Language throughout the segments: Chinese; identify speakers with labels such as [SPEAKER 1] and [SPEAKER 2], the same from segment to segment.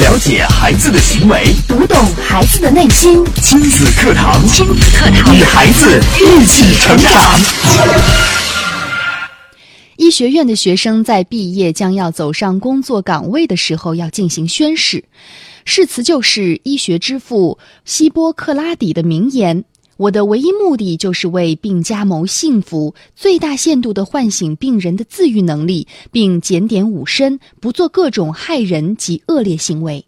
[SPEAKER 1] 了解孩子的行为，
[SPEAKER 2] 读懂孩子的内心。
[SPEAKER 1] 亲子课堂，
[SPEAKER 2] 亲子课堂，
[SPEAKER 1] 与孩子一起成长。
[SPEAKER 3] 医学院的学生在毕业将要走上工作岗位的时候，要进行宣誓。誓词就是医学之父希波克拉底的名言：“我的唯一目的就是为病家谋幸福，最大限度地唤醒病人的自愈能力，并检点吾身，不做各种害人及恶劣行为。”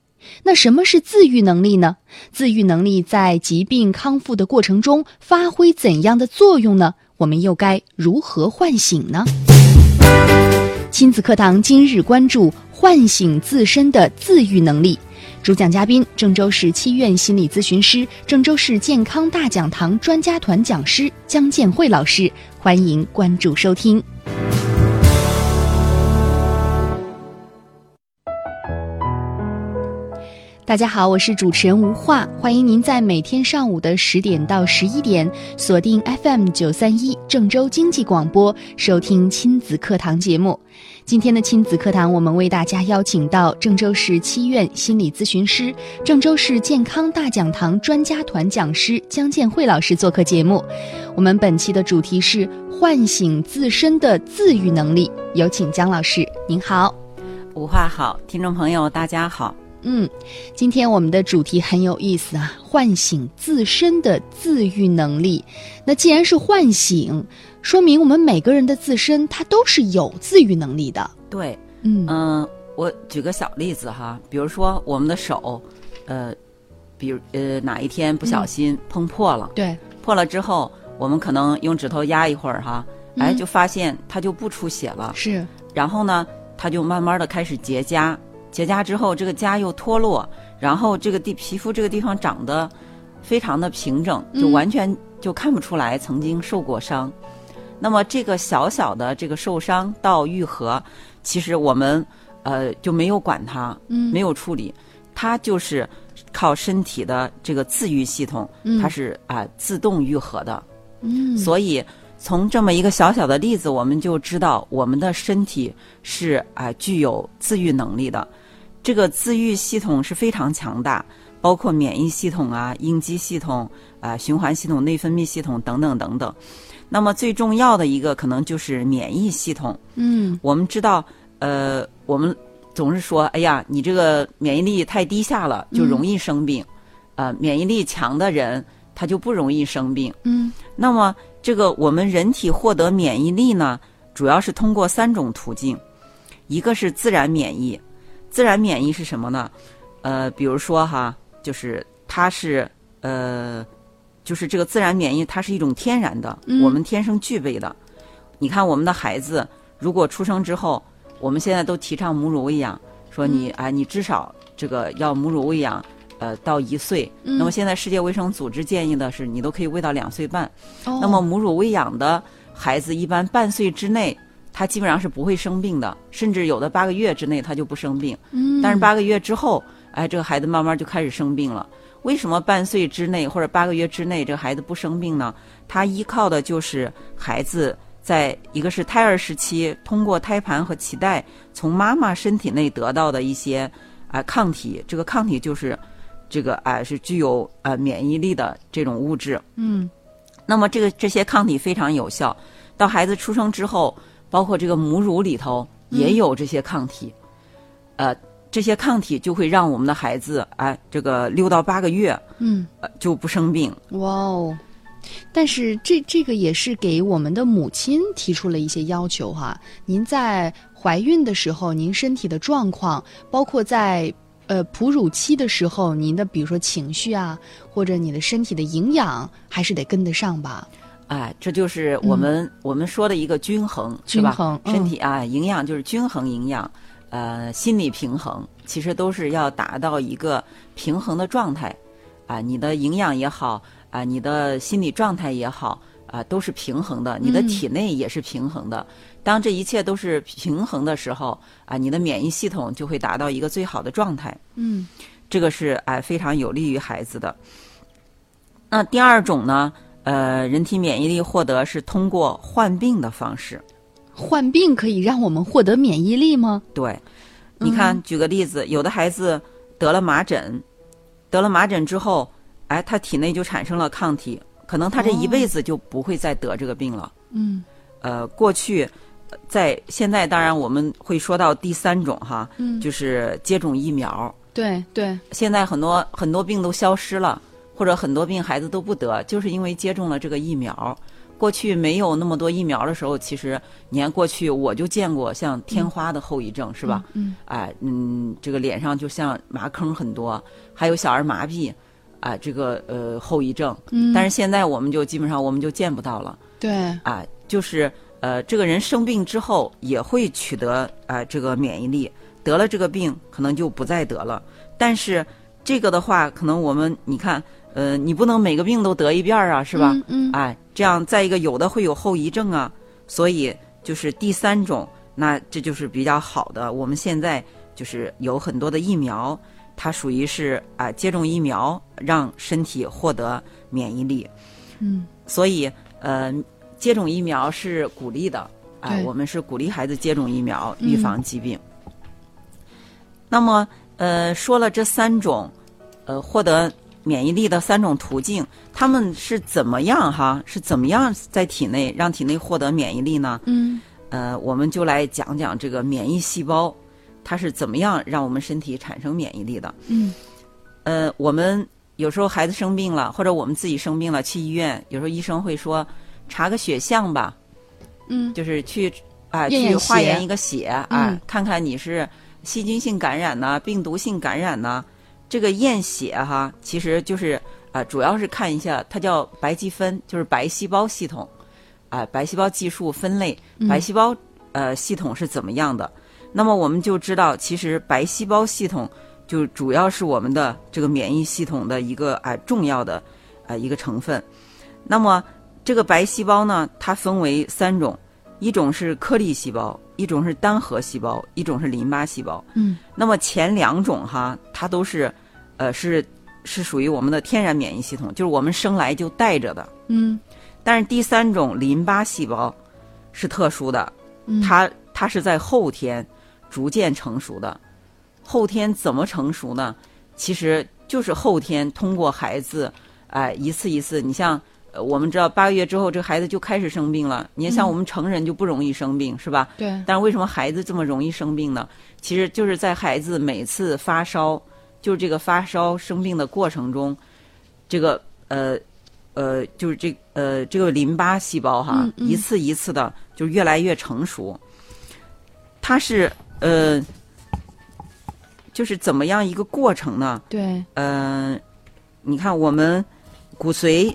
[SPEAKER 3] 那什么是自愈能力呢？自愈能力在疾病康复的过程中发挥怎样的作用呢？我们又该如何唤醒呢？亲子课堂今日关注唤醒自身的自愈能力，主讲嘉宾郑州市七院心理咨询师、郑州市健康大讲堂专家团讲师江建慧老师，欢迎关注收听。大家好，我是主持人吴化，欢迎您在每天上午的十点到十一点锁定 FM 九三一郑州经济广播收听亲子课堂节目。今天的亲子课堂，我们为大家邀请到郑州市七院心理咨询师、郑州市健康大讲堂专家团讲师江建慧老师做客节目。我们本期的主题是唤醒自身的自愈能力，有请江老师。您好，
[SPEAKER 4] 吴化好，听众朋友大家好。
[SPEAKER 3] 嗯，今天我们的主题很有意思啊，唤醒自身的自愈能力。那既然是唤醒，说明我们每个人的自身他都是有自愈能力的。
[SPEAKER 4] 对，
[SPEAKER 3] 嗯、
[SPEAKER 4] 呃、我举个小例子哈，比如说我们的手，呃，比如呃哪一天不小心碰破了，
[SPEAKER 3] 对，
[SPEAKER 4] 破了之后，我们可能用指头压一会儿哈，哎，
[SPEAKER 3] 嗯
[SPEAKER 4] 就发现它就不出血了，
[SPEAKER 3] 是，
[SPEAKER 4] 然后呢，它就慢慢的开始结痂，结痂之后这个痂又脱落，然后这个地皮肤这个地方长得非常的平整，就
[SPEAKER 3] 嗯
[SPEAKER 4] 完全就看不出来曾经受过伤。那么这个小小的这个受伤到愈合，其实我们呃就没有管它，
[SPEAKER 3] 嗯，
[SPEAKER 4] 没有处理，它就是靠身体的这个自愈系统，
[SPEAKER 3] 嗯
[SPEAKER 4] 它是啊、自动愈合的。
[SPEAKER 3] 嗯，
[SPEAKER 4] 所以从这么一个小小的例子，我们就知道我们的身体是啊、具有自愈能力的，这个自愈系统是非常强大，包括免疫系统啊、应激系统啊、循环系统、内分泌系统等等等等。那么最重要的一个可能就是免疫系统。
[SPEAKER 3] 嗯
[SPEAKER 4] 我们知道，呃，我们总是说，哎呀，你这个免疫力太低下了，就容易生病。呃，免疫力强的人，他就不容易生病。
[SPEAKER 3] 嗯
[SPEAKER 4] 那么，这个我们人体获得免疫力呢，主要是通过三种途径，一个是自然免疫，自然免疫是什么呢？呃，比如说哈，就是它是呃，就是这个自然免疫，它是一种天然的，
[SPEAKER 3] 嗯
[SPEAKER 4] 我们天生具备的。你看我们的孩子，如果出生之后，我们现在都提倡母乳喂养，说你
[SPEAKER 3] 嗯
[SPEAKER 4] 啊、你至少这个要母乳喂养，呃，到一岁。
[SPEAKER 3] 嗯
[SPEAKER 4] 那么现在世界卫生组织建议的是，你都可以喂到两岁半。
[SPEAKER 3] 哦
[SPEAKER 4] 嗯那么母乳喂养的孩子，一般半岁之内，他基本上是不会生病的，甚至有的八个月之内他就不生病。
[SPEAKER 3] 嗯，
[SPEAKER 4] 但是八个月之后，哎，这个孩子慢慢就开始生病了。为什么半岁之内或者八个月之内这个孩子不生病呢？他依靠的就是孩子在一个是胎儿时期通过胎盘和脐带从妈妈身体内得到的一些啊、抗体，这个抗体就是这个啊、是具有啊、免疫力的这种物质。
[SPEAKER 3] 嗯
[SPEAKER 4] 那么这个这些抗体非常有效，到孩子出生之后，包括这个母乳里头
[SPEAKER 3] 嗯
[SPEAKER 4] 也有这些抗体，呃，这些抗体就会让我们的孩子哎，这个六到八个月、
[SPEAKER 3] 嗯，
[SPEAKER 4] 呃、就不生病。
[SPEAKER 3] 哇哦。但是这这个也是给我们的母亲提出了一些要求哈、您在怀孕的时候，您身体的状况，包括在呃哺乳期的时候，您的比如说情绪啊，或者你的身体的营养，还是得跟得上吧。
[SPEAKER 4] 哎，这就是我们、我们说的一个均衡，是吧？
[SPEAKER 3] 嗯均衡嗯
[SPEAKER 4] 身体啊，营养就是均衡营养，呃，心理平衡，其实都是要达到一个平衡的状态，啊、你的营养也好，啊、你的心理状态也好，啊、都是平衡的，你的
[SPEAKER 3] 嗯
[SPEAKER 4] 体内也是平衡的。当这一切都是平衡的时候，啊、你的免疫系统就会达到一个最好的状态。
[SPEAKER 3] 嗯
[SPEAKER 4] 这个是哎、非常有利于孩子的。那第二种呢，呃，人体免疫力获得是通过患病的方式。
[SPEAKER 3] 患病可以让我们获得免疫力吗？
[SPEAKER 4] 对，你看，举个例子，有的孩子得了麻疹，得了麻疹之后，哎，他体内就产生了抗体，可能他这一辈子就不会再得这个病了。
[SPEAKER 3] 嗯
[SPEAKER 4] 呃，过去呃在现在，当然我们会说到第三种哈，
[SPEAKER 3] 嗯，
[SPEAKER 4] 就是接种疫苗。
[SPEAKER 3] 对对，
[SPEAKER 4] 现在很多很多病都消失了，或者很多病孩子都不得，就是因为接种了这个疫苗。过去没有那么多疫苗的时候，其实你看过去我就见过像天花的后遗症，是吧？
[SPEAKER 3] 嗯
[SPEAKER 4] 哎，嗯，这个脸上就像麻坑很多，还有小儿麻痹，啊、这个呃后遗症。
[SPEAKER 3] 嗯，
[SPEAKER 4] 但是现在我们就基本上我们就见不到了。
[SPEAKER 3] 对，
[SPEAKER 4] 啊，就是呃，这个人生病之后也会取得啊、这个免疫力，得了这个病可能就不再得了。但是这个的话，可能我们你看，呃，你不能每个病都得一遍儿啊，是吧？
[SPEAKER 3] 嗯嗯
[SPEAKER 4] 哎，这样再一个，有的会有后遗症啊，所以就是第三种，那这就是比较好的。我们现在就是有很多的疫苗，它属于是啊、接种疫苗让身体获得免疫力。
[SPEAKER 3] 嗯
[SPEAKER 4] 所以呃，接种疫苗是鼓励的啊、
[SPEAKER 3] 对
[SPEAKER 4] 我们是鼓励孩子接种疫苗，
[SPEAKER 3] 嗯
[SPEAKER 4] 预防疾病。那么呃，说了这三种呃获得免疫力的三种途径，他们是怎么样哈？是怎么样在体内让体内获得免疫力呢？
[SPEAKER 3] 嗯
[SPEAKER 4] 呃，我们就来讲讲这个免疫细胞，它是怎么样让我们身体产生免疫力的。
[SPEAKER 3] 嗯
[SPEAKER 4] 呃，我们有时候孩子生病了，或者我们自己生病了去医院，有时候医生会说查个血项吧，
[SPEAKER 3] 嗯
[SPEAKER 4] 就是去啊、
[SPEAKER 3] 验验
[SPEAKER 4] 去化
[SPEAKER 3] 血
[SPEAKER 4] 验一个血啊、
[SPEAKER 3] 嗯
[SPEAKER 4] 看看你是细菌性感染呐、病毒性感染呐、这个验血哈，其实就是啊、主要是看一下它叫白积分，就是白细胞系统啊、白细胞技术分类，
[SPEAKER 3] 嗯
[SPEAKER 4] 白细胞呃系统是怎么样的。那么我们就知道，其实白细胞系统就主要是我们的这个免疫系统的一个啊、重要的啊、一个成分。那么这个白细胞呢，它分为三种，一种是颗粒细胞，一种是单核细胞，一种是淋巴细胞。
[SPEAKER 3] 嗯，
[SPEAKER 4] 那么前两种哈，它都是，呃，是是属于我们的天然免疫系统，就是我们生来就带着的。
[SPEAKER 3] 嗯
[SPEAKER 4] 但是第三种淋巴细胞是特殊的，
[SPEAKER 3] 嗯
[SPEAKER 4] 它它是在后天逐渐成熟的。后天怎么成熟呢？其实就是后天通过孩子，哎、一次一次，你像。呃我们知道八个月之后，这个孩子就开始生病了。你看，像我们成人就不容易生病，是吧？
[SPEAKER 3] 对，
[SPEAKER 4] 但是为什么孩子这么容易生病呢？其实就是在孩子每次发烧，就是这个发烧生病的过程中，这个呃呃，就是这呃这个淋巴细胞哈，
[SPEAKER 3] 嗯嗯
[SPEAKER 4] 一次一次的就越来越成熟。它是呃，就是怎么样一个过程呢？
[SPEAKER 3] 对
[SPEAKER 4] 嗯，你看我们骨髓，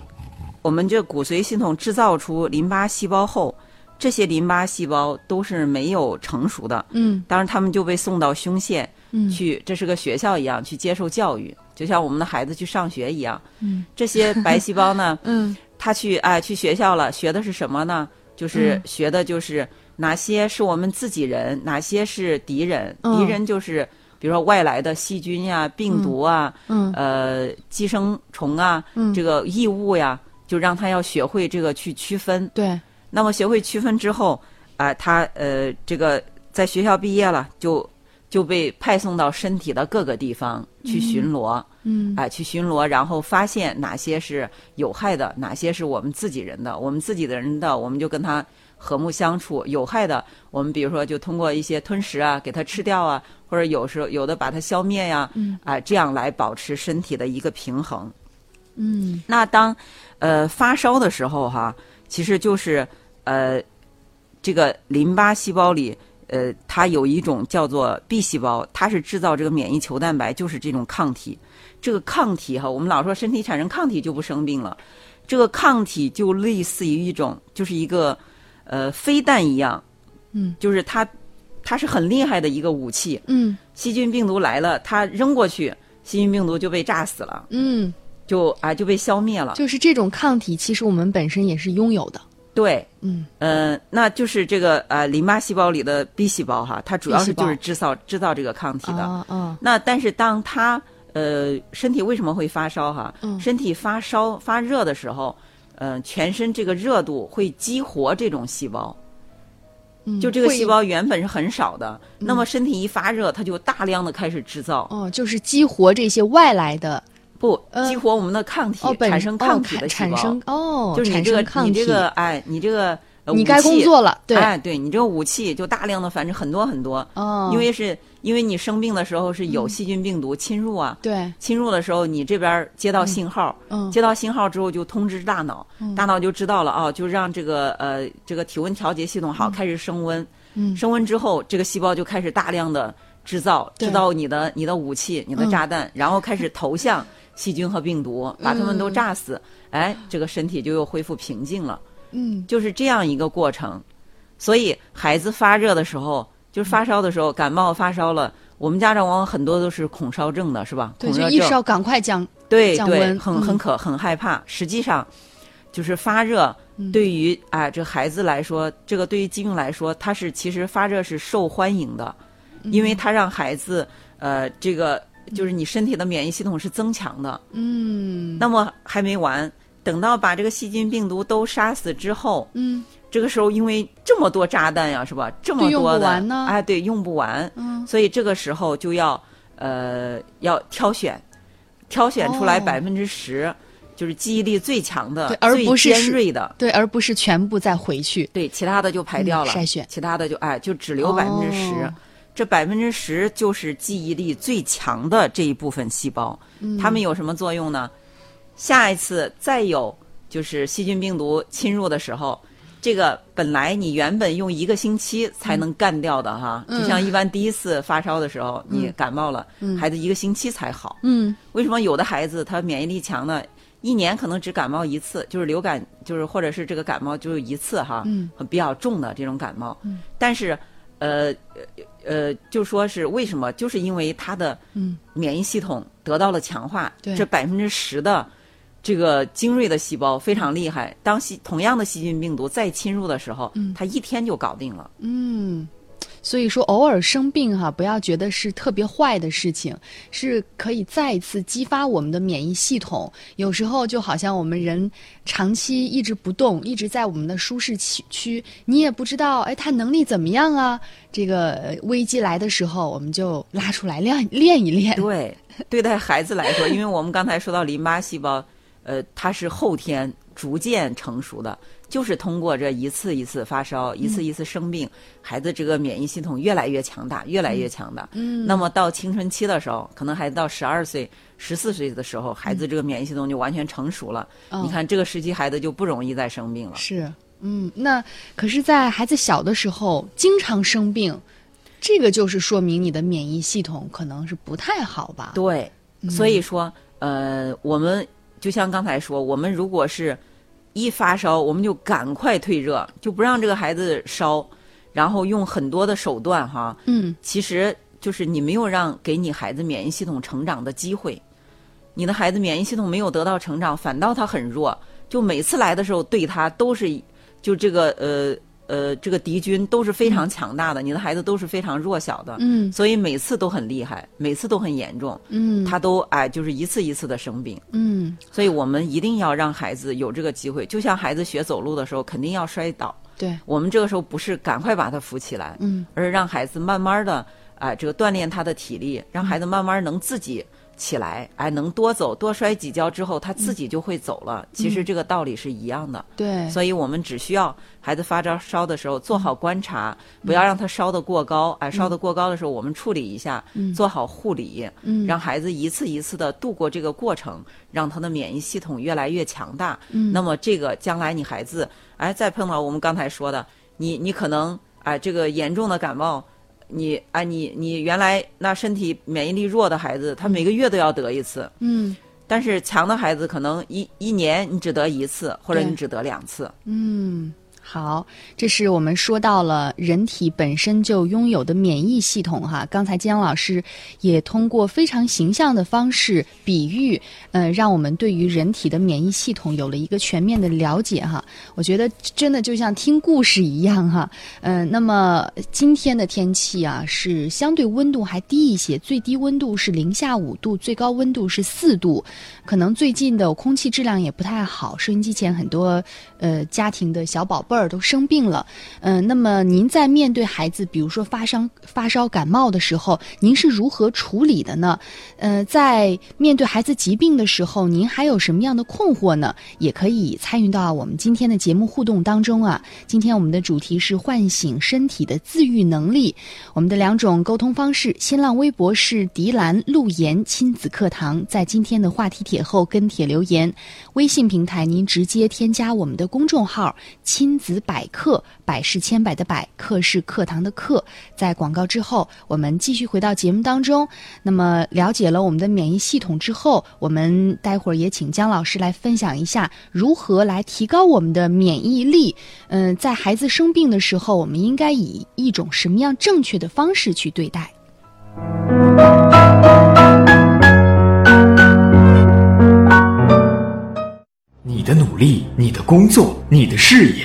[SPEAKER 4] 我们这骨髓系统制造出淋巴细胞后，这些淋巴细胞都是没有成熟的，
[SPEAKER 3] 嗯
[SPEAKER 4] 当然他们就被送到胸腺
[SPEAKER 3] 嗯
[SPEAKER 4] 去，这是个学校一样去接受教育，就像我们的孩子去上学一样。
[SPEAKER 3] 嗯，，
[SPEAKER 4] 这些白细胞呢
[SPEAKER 3] 嗯
[SPEAKER 4] 他去哎去学校了，学的是什么呢？就是
[SPEAKER 3] 嗯
[SPEAKER 4] 学的就是哪些是我们自己人，哪些是敌人。
[SPEAKER 3] 嗯
[SPEAKER 4] 敌人就是比如说外来的细菌呀、病毒啊。
[SPEAKER 3] 嗯
[SPEAKER 4] 呃寄生虫啊，
[SPEAKER 3] 嗯
[SPEAKER 4] 这个异物呀，就让他要学会这个去区分。
[SPEAKER 3] 对
[SPEAKER 4] 那么学会区分之后，啊、他呃这个在学校毕业了，就就被派送到身体的各个地方去巡逻，啊、
[SPEAKER 3] 嗯
[SPEAKER 4] 去巡逻，然后发现哪些是有害的，哪些是我们自己人的，我们自己的人的，我们就跟他。和睦相处，有害的，我们比如说就通过一些吞食啊，给它吃掉啊，或者有时候有的把它消灭呀、
[SPEAKER 3] 嗯
[SPEAKER 4] 啊，这样来保持身体的一个平衡。
[SPEAKER 3] 嗯
[SPEAKER 4] 那当呃发烧的时候哈、其实就是呃这个淋巴细胞里呃它有一种叫做 B 细胞，它是制造这个免疫球蛋白，就是这种抗体。这个抗体哈、我们老说身体产生抗体就不生病了，这个抗体就类似于一种就是一个呃飞弹一样，
[SPEAKER 3] 嗯，
[SPEAKER 4] 就是它它是很厉害的一个武器。
[SPEAKER 3] 嗯
[SPEAKER 4] 细菌病毒来了，它扔过去，细菌病毒就被炸死了，
[SPEAKER 3] 嗯，
[SPEAKER 4] 就啊就被消灭了。
[SPEAKER 3] 就是这种抗体，其实我们本身也是拥有的。
[SPEAKER 4] 对，
[SPEAKER 3] 嗯
[SPEAKER 4] 呃，那就是这个呃淋巴细胞里的 B 细胞哈，它主要
[SPEAKER 3] B 细
[SPEAKER 4] 是
[SPEAKER 3] 胞
[SPEAKER 4] 就是制造制造这个抗体的。
[SPEAKER 3] 啊啊
[SPEAKER 4] 那但是当它呃身体为什么会发烧哈？
[SPEAKER 3] 嗯
[SPEAKER 4] 身体发烧发热的时候，呃，全身这个热度会激活这种细胞，
[SPEAKER 3] 嗯
[SPEAKER 4] 就这个
[SPEAKER 3] 会
[SPEAKER 4] 细胞原本是很少的，那么身体一发热，它就大量的开始制造，
[SPEAKER 3] 哦，就是激活这些外来的
[SPEAKER 4] 不
[SPEAKER 3] 呃
[SPEAKER 4] 激活我们的抗体
[SPEAKER 3] 哦，，本
[SPEAKER 4] 产生抗体
[SPEAKER 3] 哦
[SPEAKER 4] 的细
[SPEAKER 3] 产
[SPEAKER 4] 胞。
[SPEAKER 3] 产生哦，
[SPEAKER 4] 就是你
[SPEAKER 3] 产
[SPEAKER 4] 这
[SPEAKER 3] 生
[SPEAKER 4] 个
[SPEAKER 3] 抗
[SPEAKER 4] 你
[SPEAKER 3] 体，
[SPEAKER 4] 这个哎，你这个呃
[SPEAKER 3] 你
[SPEAKER 4] 武
[SPEAKER 3] 该工
[SPEAKER 4] 器
[SPEAKER 3] 作了，对，
[SPEAKER 4] 哎，对你这个武器就大量的繁殖很多很多，
[SPEAKER 3] 哦，
[SPEAKER 4] 因为是因为你生病的时候是有细菌病毒侵入啊，
[SPEAKER 3] 嗯对，
[SPEAKER 4] 侵入的时候你这边儿接到信号，
[SPEAKER 3] 嗯
[SPEAKER 4] 接到信号之后就通知大脑，大脑就知道了啊，就让这个呃这个体温调节系统好开始升温，
[SPEAKER 3] 嗯
[SPEAKER 4] 升温之后这个细胞就开始大量的制造
[SPEAKER 3] 对嗯
[SPEAKER 4] 制造你的你的武器你的炸弹，然后开始投向细菌和病毒，把它们都炸死，哎，这个身体就又恢复平静了。
[SPEAKER 3] 嗯
[SPEAKER 4] 就是这样一个过程。所以孩子发热的时候，就是发烧的时候，感冒发烧了，我们家长往往很多都是恐烧症的，是吧？
[SPEAKER 3] 对，
[SPEAKER 4] 恐
[SPEAKER 3] 就
[SPEAKER 4] 热
[SPEAKER 3] 一
[SPEAKER 4] 症，
[SPEAKER 3] 烧赶快降，
[SPEAKER 4] 对
[SPEAKER 3] 降
[SPEAKER 4] 对，
[SPEAKER 3] 温
[SPEAKER 4] 很
[SPEAKER 3] 嗯
[SPEAKER 4] 很可很害怕。实际上，就是发热对于啊、这孩子来说，这个对于疾病来说，它是其实发热是受欢迎的，
[SPEAKER 3] 嗯
[SPEAKER 4] 因为它让孩子呃这个就是你身体的免疫系统是增强的。
[SPEAKER 3] 嗯
[SPEAKER 4] 那么还没完，等到把这个细菌病毒都杀死之后，
[SPEAKER 3] 嗯
[SPEAKER 4] 这个时候因为这么多炸弹呀、是吧？这么
[SPEAKER 3] 对用不
[SPEAKER 4] 多的，
[SPEAKER 3] 完呢
[SPEAKER 4] 哎，对，用不完，
[SPEAKER 3] 嗯
[SPEAKER 4] 所以这个时候就要呃要挑选，挑选出来
[SPEAKER 3] 哦
[SPEAKER 4] 百分之十，就是记忆力最强的
[SPEAKER 3] 对、而
[SPEAKER 4] 最
[SPEAKER 3] 不是
[SPEAKER 4] 尖
[SPEAKER 3] 是
[SPEAKER 4] 锐的，
[SPEAKER 3] 对，而不是全部再回去，
[SPEAKER 4] 对，其他的就排掉了，
[SPEAKER 3] 嗯筛选
[SPEAKER 4] 其他的就哎就只留
[SPEAKER 3] 哦
[SPEAKER 4] 百分之十。这百分之十就是记忆力最强的这一部分细胞，
[SPEAKER 3] 嗯
[SPEAKER 4] 它们有什么作用呢？下一次再有就是细菌病毒侵入的时候，这个本来你原本用一个星期才能干掉的哈，
[SPEAKER 3] 嗯
[SPEAKER 4] 就像一般第一次发烧的时候，你感冒了，
[SPEAKER 3] 嗯
[SPEAKER 4] 孩子一个星期才好。
[SPEAKER 3] 嗯
[SPEAKER 4] 为什么有的孩子他免疫力强呢？一年可能只感冒一次，就是流感，就是或者是这个感冒就是一次哈，
[SPEAKER 3] 嗯
[SPEAKER 4] 比较重的这种感冒。但是，呃呃，就说是为什么？就是因为他的
[SPEAKER 3] 嗯
[SPEAKER 4] 免疫系统得到了强化，
[SPEAKER 3] 对
[SPEAKER 4] 这百分之十的这个精锐的细胞非常厉害。当细同样的细菌病毒再侵入的时候，它一天就搞定了。
[SPEAKER 3] 嗯，所以说偶尔生病哈、不要觉得是特别坏的事情，是可以再一次激发我们的免疫系统。有时候就好像我们人长期一直不动，一直在我们的舒适区区，你也不知道哎他能力怎么样啊。这个呃危机来的时候，我们就拉出来练练一 练。
[SPEAKER 4] 对，对待孩子来说，因为我们刚才说到淋巴细胞，呃，它是后天逐渐成熟的，就是通过这一次一次发烧，一次一次生病，孩子这个免疫系统越来越强大，越来越强大。嗯，那么到青春期的时候，可能孩子到十二岁、十四岁的时候，孩子这个免疫系统就完全成熟了。
[SPEAKER 3] 哦
[SPEAKER 4] 你看这个时期，孩子就不容易再生病了。
[SPEAKER 3] 是，嗯，那可是，在孩子小的时候经常生病，这个就是说明你的免疫系统可能是不太好吧？
[SPEAKER 4] 对，所以说，呃，我们就像刚才说，我们如果是一发烧，我们就赶快退热，就不让这个孩子烧，然后用很多的手段哈，
[SPEAKER 3] 嗯，
[SPEAKER 4] 其实就是你没有让给你孩子免疫系统成长的机会，你的孩子免疫系统没有得到成长，反倒他很弱，就每次来的时候对他都是就这个呃。呃，这个敌军都是非常强大的，你的孩子都是非常弱小的，
[SPEAKER 3] 嗯
[SPEAKER 4] 所以每次都很厉害，每次都很严重，
[SPEAKER 3] 嗯
[SPEAKER 4] 他都哎就是一次一次的生病，
[SPEAKER 3] 嗯。
[SPEAKER 4] 所以我们一定要让孩子有这个机会，就像孩子学走路的时候肯定要摔倒，
[SPEAKER 3] 对，
[SPEAKER 4] 我们这个时候不是赶快把他扶起来，
[SPEAKER 3] 嗯，
[SPEAKER 4] 而是让孩子慢慢的哎这个锻炼他的体力，让孩子慢慢能自己起来，哎能多走多摔几跤之后他自己就会走
[SPEAKER 3] 嗯
[SPEAKER 4] 了，其实这个道理是一样的，
[SPEAKER 3] 对，
[SPEAKER 4] 所以我们只需要孩子发着烧的时候做好观察，
[SPEAKER 3] 嗯
[SPEAKER 4] 不要让他烧得过高。哎，烧得过高的时候，我们处理一下，做好护理，
[SPEAKER 3] 嗯
[SPEAKER 4] 让孩子一次一次的度过这个过程，让他的免疫系统越来越强大。
[SPEAKER 3] 嗯
[SPEAKER 4] 那么这个将来你孩子，哎，再碰到我们刚才说的，你你可能哎这个严重的感冒。你哎，你你原来那身体免疫力弱的孩子，他每个月都要得一次，
[SPEAKER 3] 嗯
[SPEAKER 4] 但是强的孩子可能一一年你只得一次，或者
[SPEAKER 3] 对
[SPEAKER 4] 你只得两次。
[SPEAKER 3] 嗯，好，这是我们说到了人体本身就拥有的免疫系统哈。刚才姜老师也通过非常形象的方式比喻，呃，让我们对于人体的免疫系统有了一个全面的了解哈。我觉得真的就像听故事一样哈。嗯、那么今天的天气啊是相对温度还低一些，最低温度是零下五度，最高温度是四度。可能最近的空气质量也不太好，收音机前很多呃家庭的小宝贝儿。或者都生病了，嗯、那么您在面对孩子，比如说发烧、发烧、感冒的时候，您是如何处理的呢？呃，在面对孩子疾病的时候，您还有什么样的困惑呢？也可以参与到我们今天的节目互动当中啊。今天我们的主题是唤醒身体的自愈能力，我们的两种沟通方式，新浪微博是迪兰路言亲子课堂，在今天的话题帖后跟帖留言；微信平台您直接添加我们的公众号“亲子百科”，百是千百的百，课是课堂的课。在广告之后，我们继续回到节目当中。那么了解了我们的免疫系统之后，我们待会儿也请姜老师来分享一下如何来提高我们的免疫力。嗯、在孩子生病的时候，我们应该以一种什么样正确的方式去对待？
[SPEAKER 1] 你的努力，你的工作，你的事业，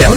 [SPEAKER 1] 了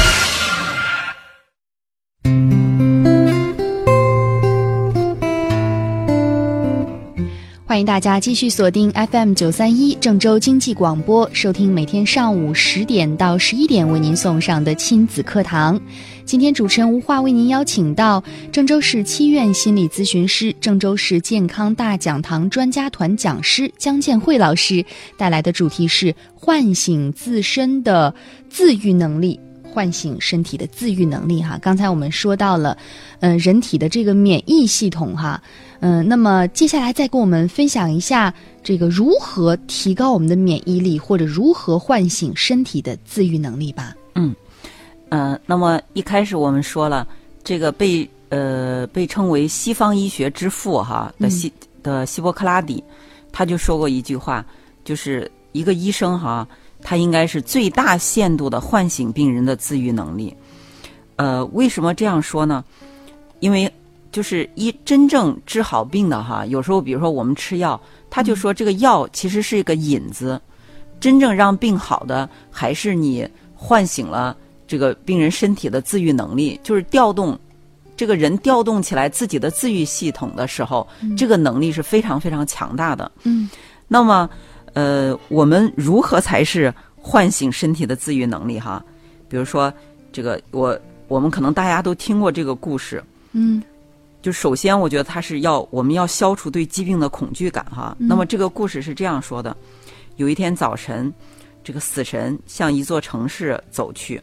[SPEAKER 3] 欢迎大家继续锁定 FM 九三一郑州经济广播，收听每天上午十点到十一点为您送上的亲子课堂。今天主持人吴化为您邀请到郑州市七院心理咨询师、郑州市健康大讲堂专家团讲师姜建慧老师带来的主题是唤醒自身的自愈能力。唤醒身体的自愈能力哈，刚才我们说到了，嗯、人体的这个免疫系统哈，嗯、那么接下来再跟我们分享一下这个如何提高我们的免疫力，或者如何唤醒身体的自愈能力吧。
[SPEAKER 4] 嗯，那么一开始我们说了，这个被呃被称为西方医学之父哈的希、的希波克拉底，他就说过一句话，就是一个医生哈，他应该是最大限度的唤醒病人的自愈能力。呃，为什么这样说呢？因为就是一真正治好病的哈，有时候比如说我们吃药，他就说这个药其实是一个引子，真正让病好的还是你唤醒了这个病人身体的自愈能力，就是调动这个人调动起来自己的自愈系统的时候，这个能力是非常非常强大的。
[SPEAKER 3] 嗯，
[SPEAKER 4] 那么呃，我们如何才是唤醒身体的自愈能力哈？比如说这个我我们可能大家都听过这个故事，
[SPEAKER 3] 嗯
[SPEAKER 4] 就首先，我觉得它是要我们要消除对疾病的恐惧感哈。
[SPEAKER 3] 嗯
[SPEAKER 4] 那么这个故事是这样说的：有一天早晨，这个死神向一座城市走去，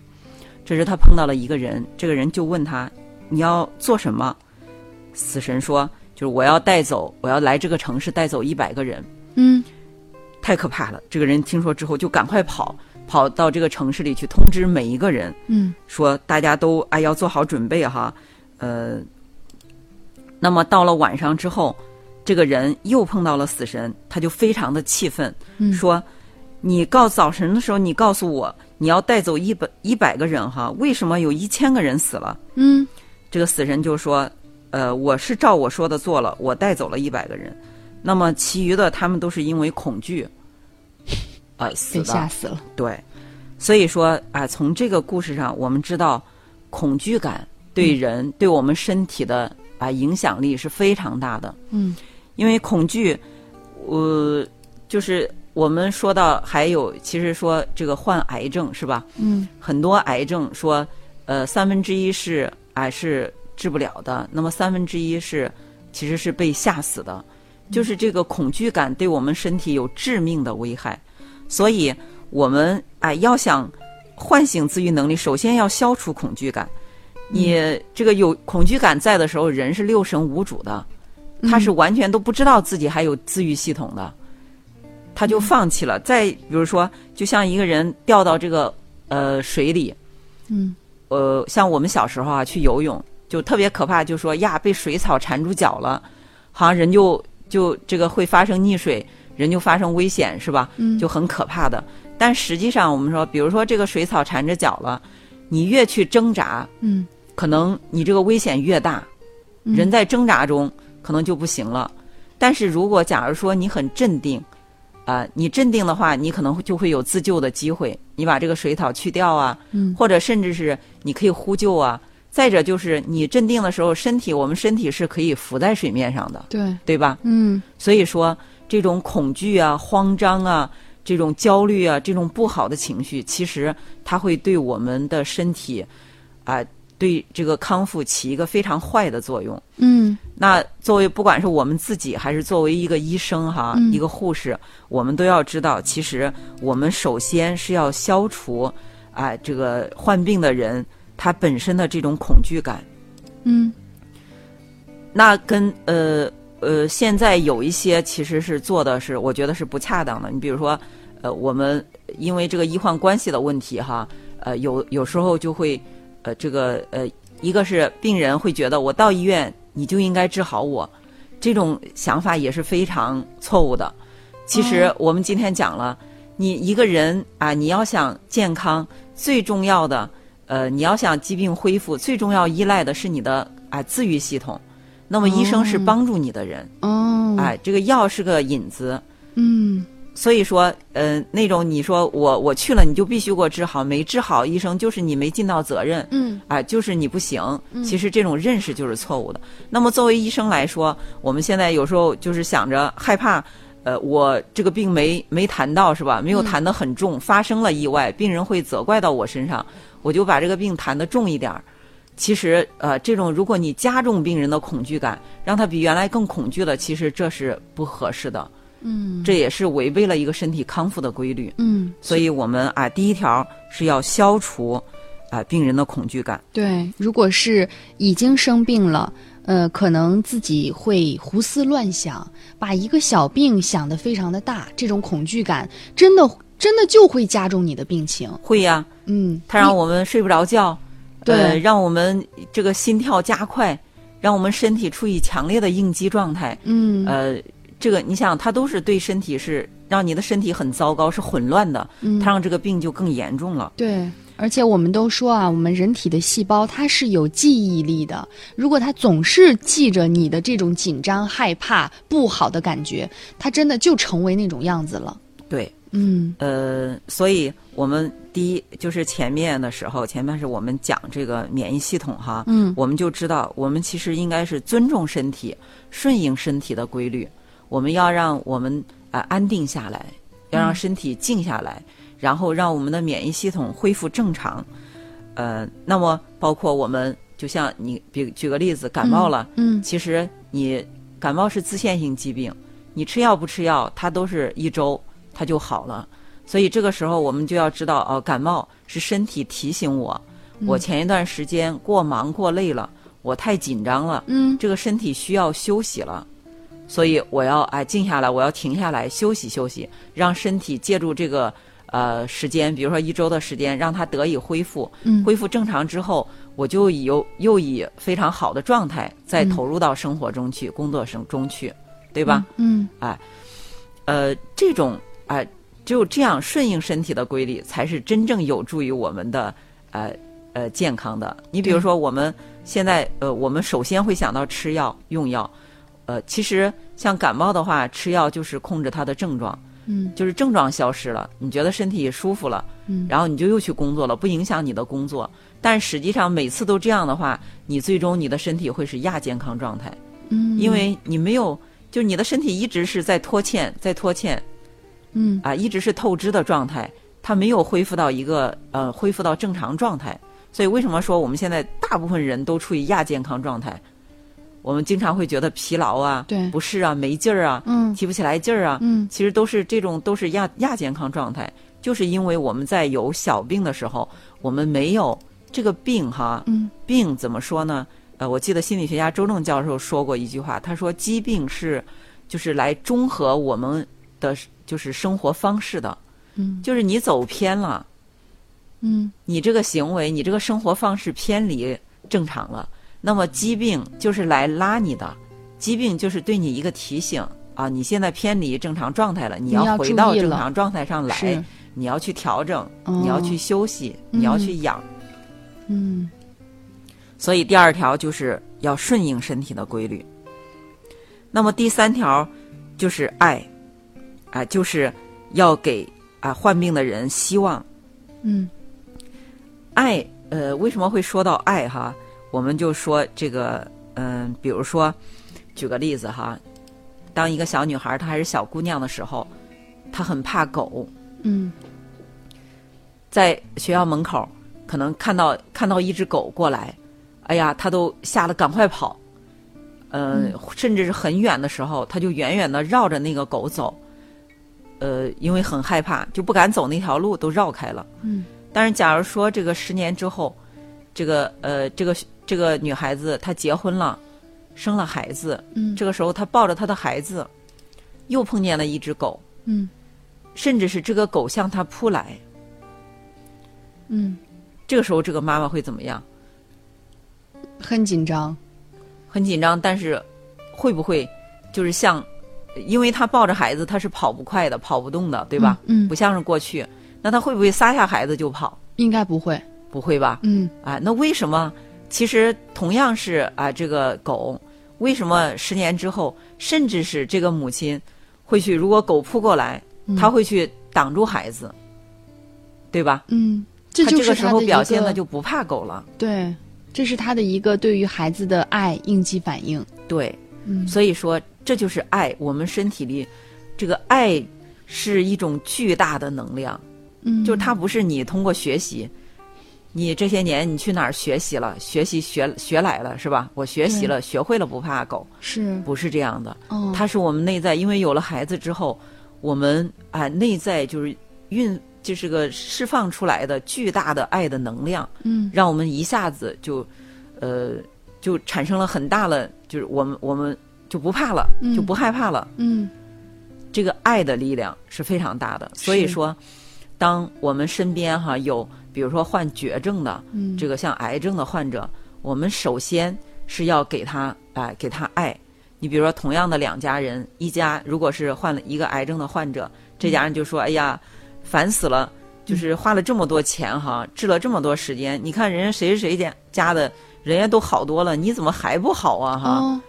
[SPEAKER 4] 这时他碰到了一个人，这个人就问他：“你要做什么？”死神说：“就是我要带走，我要来这个城市带走一百个人。”
[SPEAKER 3] 嗯
[SPEAKER 4] 太可怕了！这个人听说之后就赶快跑，跑到这个城市里去通知每一个人。
[SPEAKER 3] 嗯
[SPEAKER 4] 说大家都哎要做好准备哈，呃，那么到了晚上之后，这个人又碰到了死神，他就非常的气愤，
[SPEAKER 3] 嗯
[SPEAKER 4] 说你告早晨的时候，你告诉我你要带走一百一百个人哈，为什么有一千个人死了？
[SPEAKER 3] 嗯
[SPEAKER 4] 这个死神就说，呃，我是照我说的做了，我带走了一百个人，那么其余的他们都是因为恐惧，啊、死
[SPEAKER 3] 被
[SPEAKER 4] 的。
[SPEAKER 3] 吓死了。
[SPEAKER 4] 对，所以说啊，从这个故事上，我们知道恐惧感对人、对我们身体的啊影响力是非常大的。
[SPEAKER 3] 嗯，
[SPEAKER 4] 因为恐惧，呃，就是我们说到还有，其实说这个患癌症是吧？
[SPEAKER 3] 嗯，
[SPEAKER 4] 很多癌症说，呃，三分之一是啊是治不了的，那么三分之一是其实是被吓死的，就是这个恐惧感对我们身体有致命的危害，所以我们啊、要想唤醒自愈能力，首先要消除恐惧感。你这个有恐惧感在的时候，人是六神无主的，他是完全都不知道自己还有自愈系统的，他就放弃了。再比如说，就像一个人掉到这个呃水里，
[SPEAKER 3] 嗯
[SPEAKER 4] 呃，像我们小时候啊去游泳，就特别可怕，就说呀被水草缠住脚了，好像人就就这个会发生溺水，人就发生危险是吧？
[SPEAKER 3] 嗯
[SPEAKER 4] 就很可怕的。但实际上，我们说，比如说这个水草缠着脚了，你越去挣扎，
[SPEAKER 3] 嗯，
[SPEAKER 4] 可能你这个危险越大。
[SPEAKER 3] 嗯
[SPEAKER 4] 人在挣扎中可能就不行了。但是如果假如说你很镇定，啊、你镇定的话，你可能就会有自救的机会。你把这个水草去掉啊，
[SPEAKER 3] 嗯
[SPEAKER 4] 或者甚至是你可以呼救啊。再者就是你镇定的时候，身体我们身体是可以浮在水面上的，
[SPEAKER 3] 对，
[SPEAKER 4] 对吧？
[SPEAKER 3] 嗯
[SPEAKER 4] 所以说，这种恐惧啊、慌张啊、这种焦虑啊、这种不好的情绪，其实它会对我们的身体啊、对这个康复起一个非常坏的作用。
[SPEAKER 3] 嗯
[SPEAKER 4] 那作为不管是我们自己，还是作为一个医生哈，
[SPEAKER 3] 嗯
[SPEAKER 4] 一个护士，我们都要知道，其实我们首先是要消除啊、这个患病的人他本身的这种恐惧感。
[SPEAKER 3] 嗯
[SPEAKER 4] 那跟呃呃，现在有一些其实是做的是，我觉得是不恰当的。你比如说，呃，我们因为这个医患关系的问题哈，呃，有有时候就会呃这个呃，一个是病人会觉得我到医院你就应该治好我，这种想法也是非常错误的。其实我们今天讲了，你一个人啊，你要想健康，最重要的呃，你要想疾病恢复，最重要依赖的是你的啊自愈系统。那么医生是
[SPEAKER 3] 哦
[SPEAKER 4] 帮助你的人，
[SPEAKER 3] 哦，
[SPEAKER 4] 哎，这个药是个引子，
[SPEAKER 3] 嗯
[SPEAKER 4] 所以说，呃，那种你说我我去了，你就必须给我治好，没治好，医生就是你没尽到责任，
[SPEAKER 3] 嗯
[SPEAKER 4] 哎，就是你不行。其实这种认识就是错误的。那么作为医生来说，我们现在有时候就是想着害怕，呃，我这个病没没谈到是吧？没有谈得很重，发生了意外，病人会责怪到我身上，我就把这个病谈得重一点儿。其实，呃，这种如果你加重病人的恐惧感，让他比原来更恐惧了，其实这是不合适的，
[SPEAKER 3] 嗯
[SPEAKER 4] 这也是违背了一个身体康复的规律。
[SPEAKER 3] 嗯，
[SPEAKER 4] 所以我们啊，第一条是要消除啊、病人的恐惧感。
[SPEAKER 3] 对，如果是已经生病了，呃，可能自己会胡思乱想，把一个小病想得非常的大，这种恐惧感真的真的就会加重你的病情。
[SPEAKER 4] 会呀、
[SPEAKER 3] 嗯，
[SPEAKER 4] 它让我们睡不着觉，
[SPEAKER 3] 对
[SPEAKER 4] 呃，让我们这个心跳加快，让我们身体处于强烈的应激状态。
[SPEAKER 3] 嗯
[SPEAKER 4] 呃，这个你想，它都是对身体是让你的身体很糟糕，是混乱的，
[SPEAKER 3] 嗯
[SPEAKER 4] 它让这个病就更严重了。
[SPEAKER 3] 对，而且我们都说啊，我们人体的细胞它是有记忆力的。如果它总是记着你的这种紧张、害怕、不好的感觉，它真的就成为那种样子了。
[SPEAKER 4] 对，
[SPEAKER 3] 嗯
[SPEAKER 4] 呃，所以我们第一就是前面的时候，前面是我们讲这个免疫系统哈，
[SPEAKER 3] 嗯
[SPEAKER 4] 我们就知道，我们其实应该是尊重身体，顺应身体的规律。我们要让我们啊、呃安定下来，要让身体静下来，然后让我们的免疫系统恢复正常。呃，那么包括我们，就像你比举个例子，感冒了，
[SPEAKER 3] 嗯
[SPEAKER 4] 其实你感冒是自限性疾病，你吃药不吃药，它都是一周它就好了。所以这个时候我们就要知道，哦、感冒是身体提醒我，我前一段时间过忙过累了，我太紧张了，
[SPEAKER 3] 嗯
[SPEAKER 4] 这个身体需要休息了，所以我要哎静下来，我要停下来休息休息，让身体借助这个呃时间，比如说一周的时间，让它得以恢复。
[SPEAKER 3] 嗯
[SPEAKER 4] 恢复正常之后，我就以又又以非常好的状态再投入到生活中去，工作生中去，对吧？
[SPEAKER 3] 嗯
[SPEAKER 4] 呃，这种啊、呃只有这样顺应身体的规律，才是真正有助于我们的呃呃健康的。你比如说，我们现在呃，我们首先会想到吃药用药，呃，其实像感冒的话，吃药就是控制它的症状，
[SPEAKER 3] 嗯
[SPEAKER 4] 就是症状消失了，你觉得身体舒服了，
[SPEAKER 3] 嗯
[SPEAKER 4] 然后你就又去工作了，不影响你的工作。但实际上每次都这样的话，你最终你的身体会是亚健康状态。
[SPEAKER 3] 嗯，
[SPEAKER 4] 因为你没有，就你的身体一直是在拖欠，在拖欠
[SPEAKER 3] 嗯
[SPEAKER 4] 啊，一直是透支的状态，它没有恢复到一个呃恢复到正常状态。所以为什么说我们现在大部分人都处于亚健康状态？我们经常会觉得疲劳啊，
[SPEAKER 3] 对
[SPEAKER 4] 不适啊，没劲儿啊，
[SPEAKER 3] 嗯
[SPEAKER 4] 提不起来劲儿啊，
[SPEAKER 3] 嗯
[SPEAKER 4] 其实都是这种都是亚亚健康状态，就是因为我们在有小病的时候，我们没有这个病哈，
[SPEAKER 3] 嗯
[SPEAKER 4] 病怎么说呢？呃，我记得心理学家周正教授说过一句话，他说疾病是就是来中和我们的就是生活方式的，
[SPEAKER 3] 嗯
[SPEAKER 4] 就是你走偏了，
[SPEAKER 3] 嗯
[SPEAKER 4] 你这个行为，你这个生活方式偏离正常了，那么疾病就是来拉你的，疾病就是对你一个提醒啊，你现在偏离正常状态了，你
[SPEAKER 3] 你要
[SPEAKER 4] 要
[SPEAKER 3] 注
[SPEAKER 4] 回到
[SPEAKER 3] 意
[SPEAKER 4] 正
[SPEAKER 3] 了
[SPEAKER 4] 常状态上来
[SPEAKER 3] 是，
[SPEAKER 4] 你要去调整，
[SPEAKER 3] 哦
[SPEAKER 4] 你要去休息，
[SPEAKER 3] 嗯
[SPEAKER 4] 你要去养。
[SPEAKER 3] 嗯
[SPEAKER 4] 所以第二条就是要顺应身体的规律。那么第三条就是爱，啊、就是要给啊、患病的人希望。
[SPEAKER 3] 嗯
[SPEAKER 4] 爱，呃，为什么会说到爱哈？我们就说这个，嗯、比如说，举个例子哈，当一个小女孩她还是小姑娘的时候，她很怕狗，
[SPEAKER 3] 嗯
[SPEAKER 4] 在学校门口可能看到看到一只狗过来，哎呀，她都吓得赶快跑，呃，
[SPEAKER 3] 嗯
[SPEAKER 4] 甚至是很远的时候，她就远远的绕着那个狗走，呃，因为很害怕，就不敢走那条路，都绕开了。
[SPEAKER 3] 嗯
[SPEAKER 4] 但是假如说这个十年之后，这个呃这个这个女孩子她结婚了，生了孩子，
[SPEAKER 3] 嗯
[SPEAKER 4] 这个时候她抱着她的孩子，又碰见了一只狗，
[SPEAKER 3] 嗯
[SPEAKER 4] 甚至是这个狗向她扑来，
[SPEAKER 3] 嗯，
[SPEAKER 4] 这个时候这个妈妈会怎么样？
[SPEAKER 3] 很紧张。
[SPEAKER 4] 很紧张，但是会不会就是像，因为她抱着孩子，她是跑不快的，跑不动的，对吧？
[SPEAKER 3] 嗯嗯
[SPEAKER 4] 不像是过去，那她会不会撒下孩子就跑？
[SPEAKER 3] 应该不会。
[SPEAKER 4] 不会吧？
[SPEAKER 3] 嗯
[SPEAKER 4] 啊，那为什么？其实同样是啊，这个狗为什么十年之后，甚至是这个母亲会去，如果狗扑过来，
[SPEAKER 3] 嗯
[SPEAKER 4] 她会去挡住孩子，对吧？
[SPEAKER 3] 嗯，这
[SPEAKER 4] 她
[SPEAKER 3] 就
[SPEAKER 4] 这
[SPEAKER 3] 是
[SPEAKER 4] 个时
[SPEAKER 3] 他
[SPEAKER 4] 候
[SPEAKER 3] 的一
[SPEAKER 4] 表现
[SPEAKER 3] 个
[SPEAKER 4] 的就不怕狗了。
[SPEAKER 3] 对，这是他的一个对于孩子的爱应激反应。
[SPEAKER 4] 对，
[SPEAKER 3] 嗯
[SPEAKER 4] 所以说这就是爱，我们身体里这个爱是一种巨大的能量。
[SPEAKER 3] 嗯，
[SPEAKER 4] 就是它不是你通过学习，你这些年你去哪儿学习了，学习学学来了是吧？我学习了，学会了不怕狗，
[SPEAKER 3] 是
[SPEAKER 4] 不是这样的。
[SPEAKER 3] 哦，
[SPEAKER 4] 它是我们内在，因为有了孩子之后，我们啊、内在就是运就是个释放出来的巨大的爱的能量，
[SPEAKER 3] 嗯
[SPEAKER 4] 让我们一下子就呃就产生了很大的，就是我们我们就不怕了，
[SPEAKER 3] 嗯
[SPEAKER 4] 就不害怕了。
[SPEAKER 3] 嗯
[SPEAKER 4] 这个爱的力量是非常大的。所以
[SPEAKER 3] 是
[SPEAKER 4] 说，当我们身边哈有比如说患绝症的，
[SPEAKER 3] 嗯
[SPEAKER 4] 这个像癌症的患者，我们首先是要给他哎、给他爱。你比如说，同样的两家人，一家如果是患了一个癌症的患者，这家人就说：“哎呀，烦死了，就是花了这么多钱哈，治了这么多时间，你看人家谁谁家家的，人家都好多了，你怎么还不好啊？”哈，
[SPEAKER 3] 哦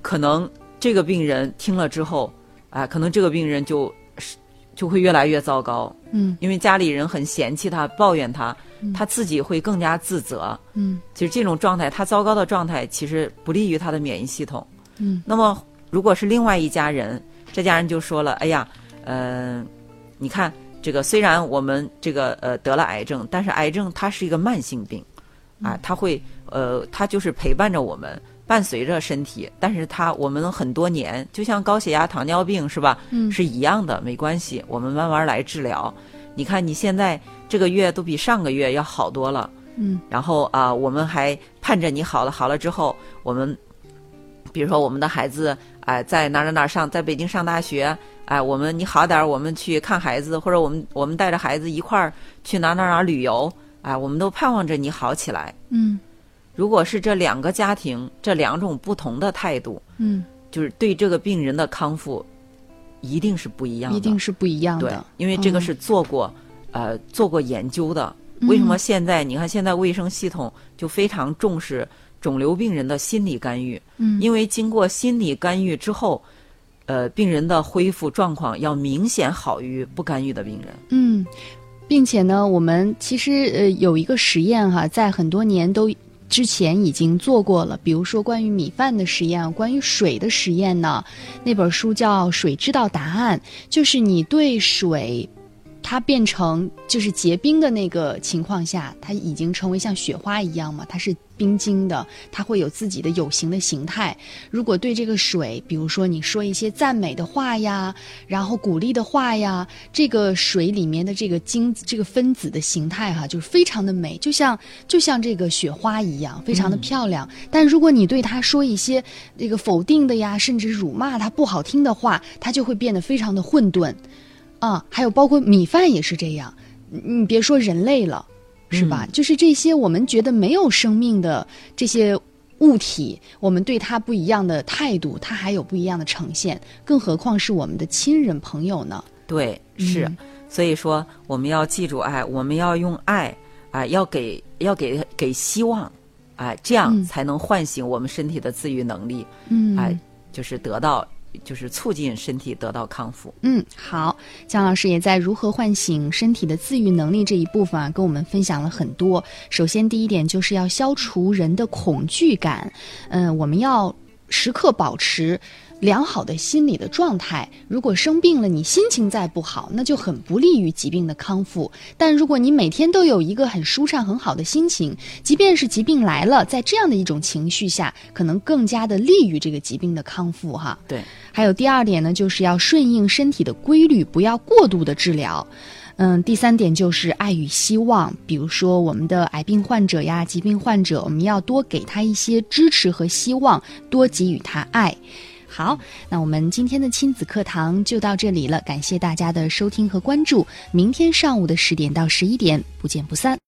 [SPEAKER 4] 可能这个病人听了之后，啊、可能这个病人就是就会越来越糟糕，
[SPEAKER 3] 嗯
[SPEAKER 4] 因为家里人很嫌弃他、抱怨他，他自己会更加自责。
[SPEAKER 3] 嗯
[SPEAKER 4] 就是这种状态，他糟糕的状态其实不利于他的免疫系统。
[SPEAKER 3] 嗯，
[SPEAKER 4] 那么如果是另外一家人，这家人就说了：“哎呀，嗯、你看这个，虽然我们这个呃得了癌症，但是癌症它是一个慢性病，啊，它会呃，它就是陪伴着我们，伴随着身体，但是它我们很多年，就像高血压、糖尿病是吧？
[SPEAKER 3] 嗯
[SPEAKER 4] 是一样的，没关系，我们慢慢来治疗。你看你现在这个月都比上个月要好多了。”
[SPEAKER 3] 嗯
[SPEAKER 4] 然后啊，我们还盼着你好了，好了之后，我们比如说我们的孩子哎、在哪儿哪儿哪儿上，在北京上大学，哎、我们你好点儿，我们去看孩子，或者我们我们带着孩子一块儿去哪儿哪儿哪儿旅游，哎、我们都盼望着你好起来。
[SPEAKER 3] 嗯
[SPEAKER 4] 如果是这两个家庭这两种不同的态度，
[SPEAKER 3] 嗯，
[SPEAKER 4] 就是对这个病人的康复一定是不一样的，
[SPEAKER 3] 一定是不一样
[SPEAKER 4] 对
[SPEAKER 3] 的。，
[SPEAKER 4] 因为这个
[SPEAKER 3] 嗯
[SPEAKER 4] 是做过、呃做过研究的。为什
[SPEAKER 3] 嗯
[SPEAKER 4] 么现在、你看现在卫生系统就非常重视肿瘤病人的心理干预？
[SPEAKER 3] 嗯
[SPEAKER 4] 因为经过心理干预之后，呃，病人的恢复状况要明显好于不干预的病人。
[SPEAKER 3] 嗯，并且呢，我们其实呃有一个实验哈、在很多年都之前已经做过了，比如说关于米饭的实验，关于水的实验呢，那本书叫《水知道答案》，就是你对水。它变成就是结冰的那个情况下，它已经成为像雪花一样嘛，它是冰晶的，它会有自己的有形的形态。如果对这个水，比如说你说一些赞美的话呀，然后鼓励的话呀，这个水里面的这个晶这个分子的形态哈、就是非常的美，就像就像这个雪花一样，非常的漂亮。但如果你对它说一些这个否定的呀，甚至辱骂它不好听的话，它就会变得非常的混沌啊。还有包括米饭也是这样，你你别说人类了。是吧？就是这些我们觉得没有生命的这些物体，我们对它不一样的态度，它还有不一样的呈现，更何况是我们的亲人朋友呢？
[SPEAKER 4] 对，是，
[SPEAKER 3] 嗯
[SPEAKER 4] 所以说我们要记住，哎，我们要用爱，啊、要给要给给希望，哎、这样
[SPEAKER 3] 嗯
[SPEAKER 4] 才能唤醒我们身体的自愈能力，
[SPEAKER 3] 嗯，
[SPEAKER 4] 哎、就是得到，就是促进身体得到康复。
[SPEAKER 3] 嗯，好，姜老师也在如何唤醒身体的自愈能力这一部分啊，跟我们分享了很多。首先，第一点就是要消除人的恐惧感，嗯、我们要时刻保持良好的心理的状态。如果生病了，你心情再不好，那就很不利于疾病的康复。但如果你每天都有一个很舒畅、很好的心情，即便是疾病来了，在这样的一种情绪下，可能更加的利于这个疾病的康复哈。
[SPEAKER 4] 对，
[SPEAKER 3] 还有第二点呢，就是要顺应身体的规律，不要过度的治疗。嗯，第三点就是爱与希望，比如说我们的癌病患者呀、疾病患者，我们要多给他一些支持和希望，多给予他爱。好，那我们今天的亲子课堂就到这里了，感谢大家的收听和关注。明天上午的十点到十一点，不见不散。